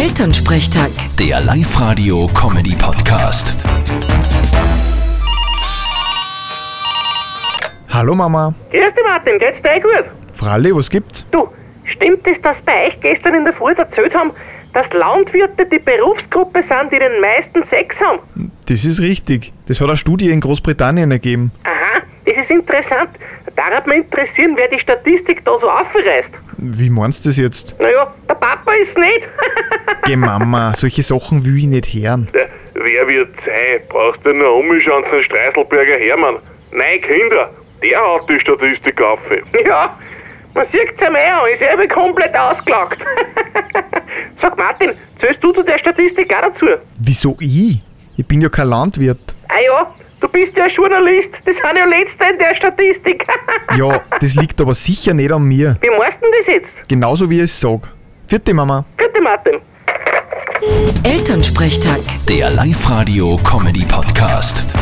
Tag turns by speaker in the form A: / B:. A: Elternsprechtag.
B: Der Live-Radio-Comedy-Podcast.
C: Hallo Mama.
D: Grüß dich, Martin, geht's dir eh gut?
C: Fralli, was gibt's?
D: Du, stimmt es, dass bei euch gestern in der Früh erzählt haben, dass Landwirte die Berufsgruppe sind, die den meisten Sex haben?
C: Das ist richtig. Das hat eine Studie in Großbritannien ergeben.
D: Aha, das ist interessant. Da hat mich interessieren, wer die Statistik da so aufreißt.
C: Wie meinst du das jetzt?
D: Naja, der Papa ist nicht.
C: Geh Mama, solche Sachen will ich nicht hören.
E: Ja, Wer wird sein? Brauchst du nur um umschauen zum Streiselberger Hermann? Nein, Kinder, der hat die Statistik auf.
D: ja, man sieht's ja mehr an, ist eben komplett ausgelockt. Sag Martin, zählst du zu der Statistik auch dazu?
C: Wieso ich? Ich bin ja kein Landwirt.
D: Ah ja, du bist ja ein Journalist, das sind ja Letzte in der Statistik.
C: Ja, das liegt aber sicher nicht an mir.
D: Wie meinst du denn das jetzt?
C: Genauso wie ich es sag. Vierte Mama.
D: Bitte Martin.
A: Elternsprechtag.
B: Der Live-Radio-Comedy-Podcast.